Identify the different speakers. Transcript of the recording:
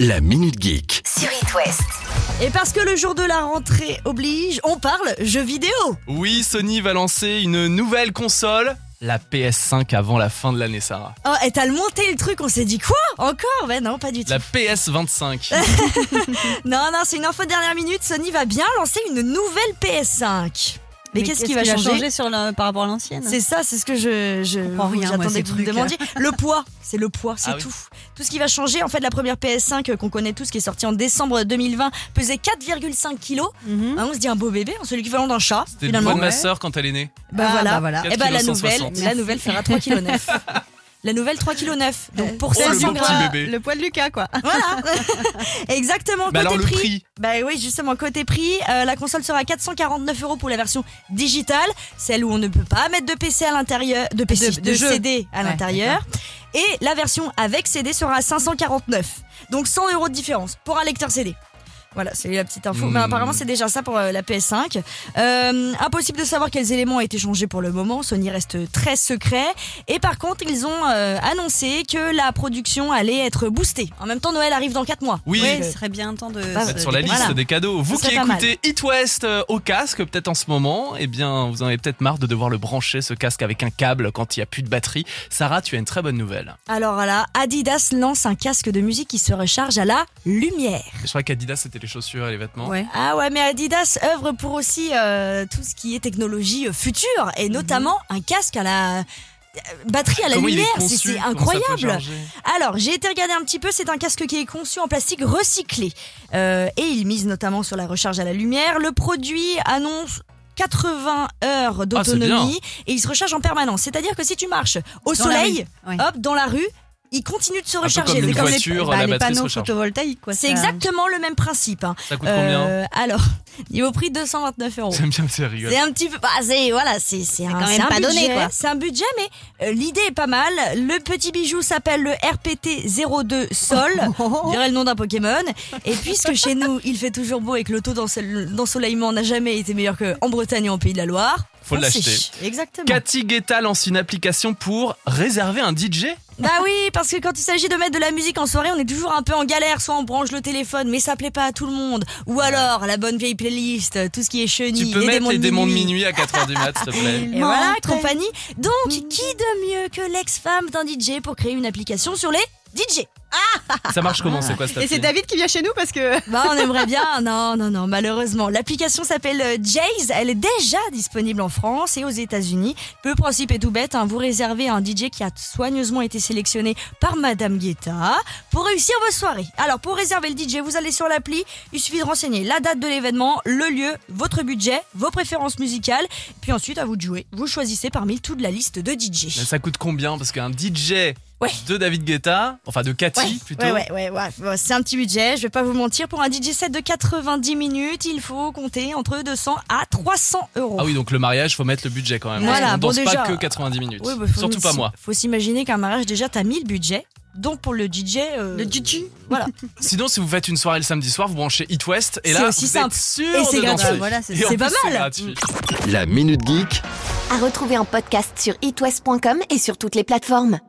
Speaker 1: La Minute Geek.
Speaker 2: sur It West.
Speaker 3: Et parce que le jour de la rentrée oblige, on parle jeux vidéo.
Speaker 4: Oui, Sony va lancer une nouvelle console, la PS5 avant la fin de l'année, Sarah.
Speaker 3: Oh, et t'as le monté le truc, on s'est dit quoi Encore Ben non, pas du tout.
Speaker 4: La PS25.
Speaker 3: Non, non, c'est une info de dernière minute. Sony va bien lancer une nouvelle PS5. Mais, qu'est-ce qui va
Speaker 5: a
Speaker 3: changer,
Speaker 5: changé sur la- par rapport à l'ancienne
Speaker 3: C'est ça, c'est ce que je, je
Speaker 5: comprends rien, moi,
Speaker 3: j'attendais
Speaker 5: ces
Speaker 3: que vous me
Speaker 5: trucs.
Speaker 3: demandiez. Le poids, c'est le poids, c'est
Speaker 4: Ah oui.
Speaker 3: tout. Tout ce qui va changer, en fait, la première PS5 qu'on connaît tous, qui est sortie en décembre 2020, pesait 4,5 kilos.
Speaker 5: Mhm.
Speaker 3: Hein, on se dit un beau bébé, on se l'équivalent d'un chat.
Speaker 4: C'était le
Speaker 3: Finalement,
Speaker 4: poids de ma sœur quand elle est née.
Speaker 3: Bah
Speaker 5: Ah,
Speaker 3: voilà.
Speaker 5: bah voilà.
Speaker 3: Et bah la
Speaker 4: 4,160.
Speaker 3: nouvelle, la
Speaker 5: Merci.
Speaker 3: nouvelle fera 3,9 kg. La nouvelle 3,9 kg. Donc pour
Speaker 4: Oh, le
Speaker 3: 500
Speaker 4: bon
Speaker 3: grammes.
Speaker 4: petit bébé.
Speaker 5: Euh, Le poids de Lucas, quoi.
Speaker 3: Voilà. Exactement.
Speaker 4: Bah
Speaker 3: côté
Speaker 4: alors le
Speaker 3: prix.
Speaker 4: prix.
Speaker 3: Bah oui, justement, côté prix, euh, la console sera à 449 euros pour la version digitale, celle où on ne peut pas mettre de PC à l'intérieur, de PC,
Speaker 5: De-
Speaker 3: de,
Speaker 5: de jeu.
Speaker 3: CD à
Speaker 5: Ouais,
Speaker 3: l'intérieur. Et la version avec CD sera à 549. Donc 100 euros de différence pour un lecteur CD. Voilà, c'est la petite info.
Speaker 4: Hmm.
Speaker 3: Mais apparemment, c'est déjà ça pour euh, la PS5. Euh, impossible de savoir quels éléments ont été changés pour le moment. Sony reste très secret. Et par contre, ils ont euh, annoncé que la production allait être boostée. En même temps, Noël arrive dans 4 mois.
Speaker 4: Oui.
Speaker 5: Ouais, ce serait bien temps de.
Speaker 3: Bah,
Speaker 5: se-
Speaker 4: Sur la liste
Speaker 3: Voilà.
Speaker 4: des cadeaux. Vous
Speaker 3: serait
Speaker 4: qui
Speaker 3: pas mal.
Speaker 4: écoutez It West euh, au casque, peut-être en ce moment, eh bien, vous en avez peut-être marre de devoir le brancher, ce casque, avec un câble quand il n'y a plus de batterie. Sarah, tu as une très bonne nouvelle.
Speaker 3: Alors là, Adidas lance un casque de musique qui se recharge à la lumière.
Speaker 4: Je crois qu'Adidas, c'était les chaussures et les vêtements.
Speaker 5: Ouais.
Speaker 3: Ah ouais, mais Adidas œuvre pour aussi euh, tout ce qui est technologie euh, future et notamment un casque à la euh, batterie à la
Speaker 4: Mhm. Comment il est
Speaker 3: lumière.
Speaker 4: conçu,
Speaker 3: C'est- C'est
Speaker 4: comment ça peut
Speaker 3: incroyable.
Speaker 4: charger
Speaker 3: Alors, j'ai été regarder un petit peu, c'est un casque qui est conçu en plastique recyclé. Euh, et il mise notamment sur la recharge à la lumière. Le produit annonce 80 heures
Speaker 4: Ah, c'est bien.
Speaker 3: d'autonomie et il se recharge en permanence. C'est-à-dire que si tu marches au
Speaker 5: Dans la
Speaker 3: soleil,
Speaker 5: rue.
Speaker 4: Ah,
Speaker 5: Ouais.
Speaker 3: hop, dans la rue, il continue de se
Speaker 4: peu
Speaker 3: recharger.
Speaker 4: comme
Speaker 3: C'est
Speaker 4: une
Speaker 3: comme les-
Speaker 4: voiture,
Speaker 5: bah,
Speaker 4: la
Speaker 5: les
Speaker 4: batterie se
Speaker 5: panneaux
Speaker 4: recharge.
Speaker 5: photovoltaïques, quoi.
Speaker 3: C'est
Speaker 5: ça-
Speaker 3: exactement le même principe. hein.
Speaker 4: Ça coûte combien
Speaker 3: Euh, alors, niveau prix 229 euros.
Speaker 4: J'aime bien, c'est rigolo.
Speaker 3: C'est un petit peu. bah, c'est voilà, c'est c'est un,
Speaker 5: quand
Speaker 3: c'est
Speaker 5: même
Speaker 3: un
Speaker 5: pas donné,
Speaker 3: budget,
Speaker 5: quoi.
Speaker 3: C'est un budget, mais euh, l'idée est pas mal. Le petit bijou s'appelle le RPT 02 Sol. On dirait le nom d'un Pokémon. Et puisque chez nous, il fait toujours beau et que le taux d'ensole- d'ensoleillement n'a jamais été meilleur qu'en Bretagne et en Pays de la Loire.
Speaker 4: Faut
Speaker 3: on
Speaker 4: l'acheter.
Speaker 3: sèche. Exactement.
Speaker 4: Cathy Guetta lance une application pour réserver un DJ
Speaker 3: Bah oui, parce que quand il s'agit de mettre de la musique en soirée, on est toujours un peu en galère. Soit on branche le téléphone, mais ça plaît pas à tout le monde. Ou alors la bonne vieille playlist, euh, tout ce qui est chenille,
Speaker 4: Tu peux
Speaker 3: les
Speaker 4: mettre
Speaker 3: démons
Speaker 4: les
Speaker 3: de
Speaker 4: démons de
Speaker 3: minuit.
Speaker 4: minuit à 4h du mat, s'il te plaît.
Speaker 3: Et voilà,
Speaker 5: Menteur.
Speaker 3: compagnie. Donc, qui de mieux que l'ex-femme d'un DJ pour créer une application sur les DJ
Speaker 4: Ça marche comment C'est quoi cette
Speaker 5: Et c'est
Speaker 4: appli
Speaker 5: David qui vient chez nous parce que.
Speaker 3: Bah, on aimerait bien. Non, non, non, malheureusement. L'application s'appelle euh, Jaze. Elle est déjà disponible en France et aux États-Unis. Le principe est tout bête. hein. Vous réservez un DJ qui a soigneusement été sélectionné par Madame Guetta pour réussir vos soirées. Alors, pour réserver le DJ, vous allez sur l'appli. Il suffit de renseigner la date de l'événement, le lieu, votre budget, vos préférences musicales. Puis ensuite, à vous de jouer. Vous choisissez parmi toute la liste de DJ.
Speaker 4: Mais Ça coûte combien Parce qu'un DJ
Speaker 3: Ouais.
Speaker 4: de David Guetta, enfin de Cathy
Speaker 3: Ouais,
Speaker 4: plutôt,
Speaker 3: Ouais, ouais, ouais, ouais. Bon, c'est un petit budget, je vais pas vous mentir. Pour un DJ set de 90 minutes, il faut compter entre 200 à 300 euros.
Speaker 4: Ah oui, donc le mariage, faut mettre le budget quand même.
Speaker 3: Voilà,
Speaker 4: On danse
Speaker 3: bon,
Speaker 4: pas
Speaker 3: déjà-
Speaker 4: que 90 minutes.
Speaker 3: Ouais, bah, faut
Speaker 4: Surtout pas
Speaker 3: s'im-
Speaker 4: moi.
Speaker 3: Faut s'imaginer qu'un mariage, déjà, t'as mis le budget. Donc pour le DJ. euh,
Speaker 5: Le Gigi.
Speaker 3: Voilà.
Speaker 4: Sinon, si vous faites une soirée le samedi soir, vous branchez It West et
Speaker 3: C'est
Speaker 4: là,
Speaker 3: aussi
Speaker 4: vous
Speaker 3: simple.
Speaker 4: êtes sûr
Speaker 3: Et c'est
Speaker 4: de
Speaker 3: gratuit.
Speaker 4: danser.
Speaker 5: Voilà, c'est
Speaker 4: Et en
Speaker 3: c'est
Speaker 4: plus,
Speaker 3: pas
Speaker 4: c'est
Speaker 3: mal.
Speaker 4: gratuit.
Speaker 1: La Minute Geek
Speaker 2: À retrouver en podcast sur itwest.com et sur toutes les plateformes.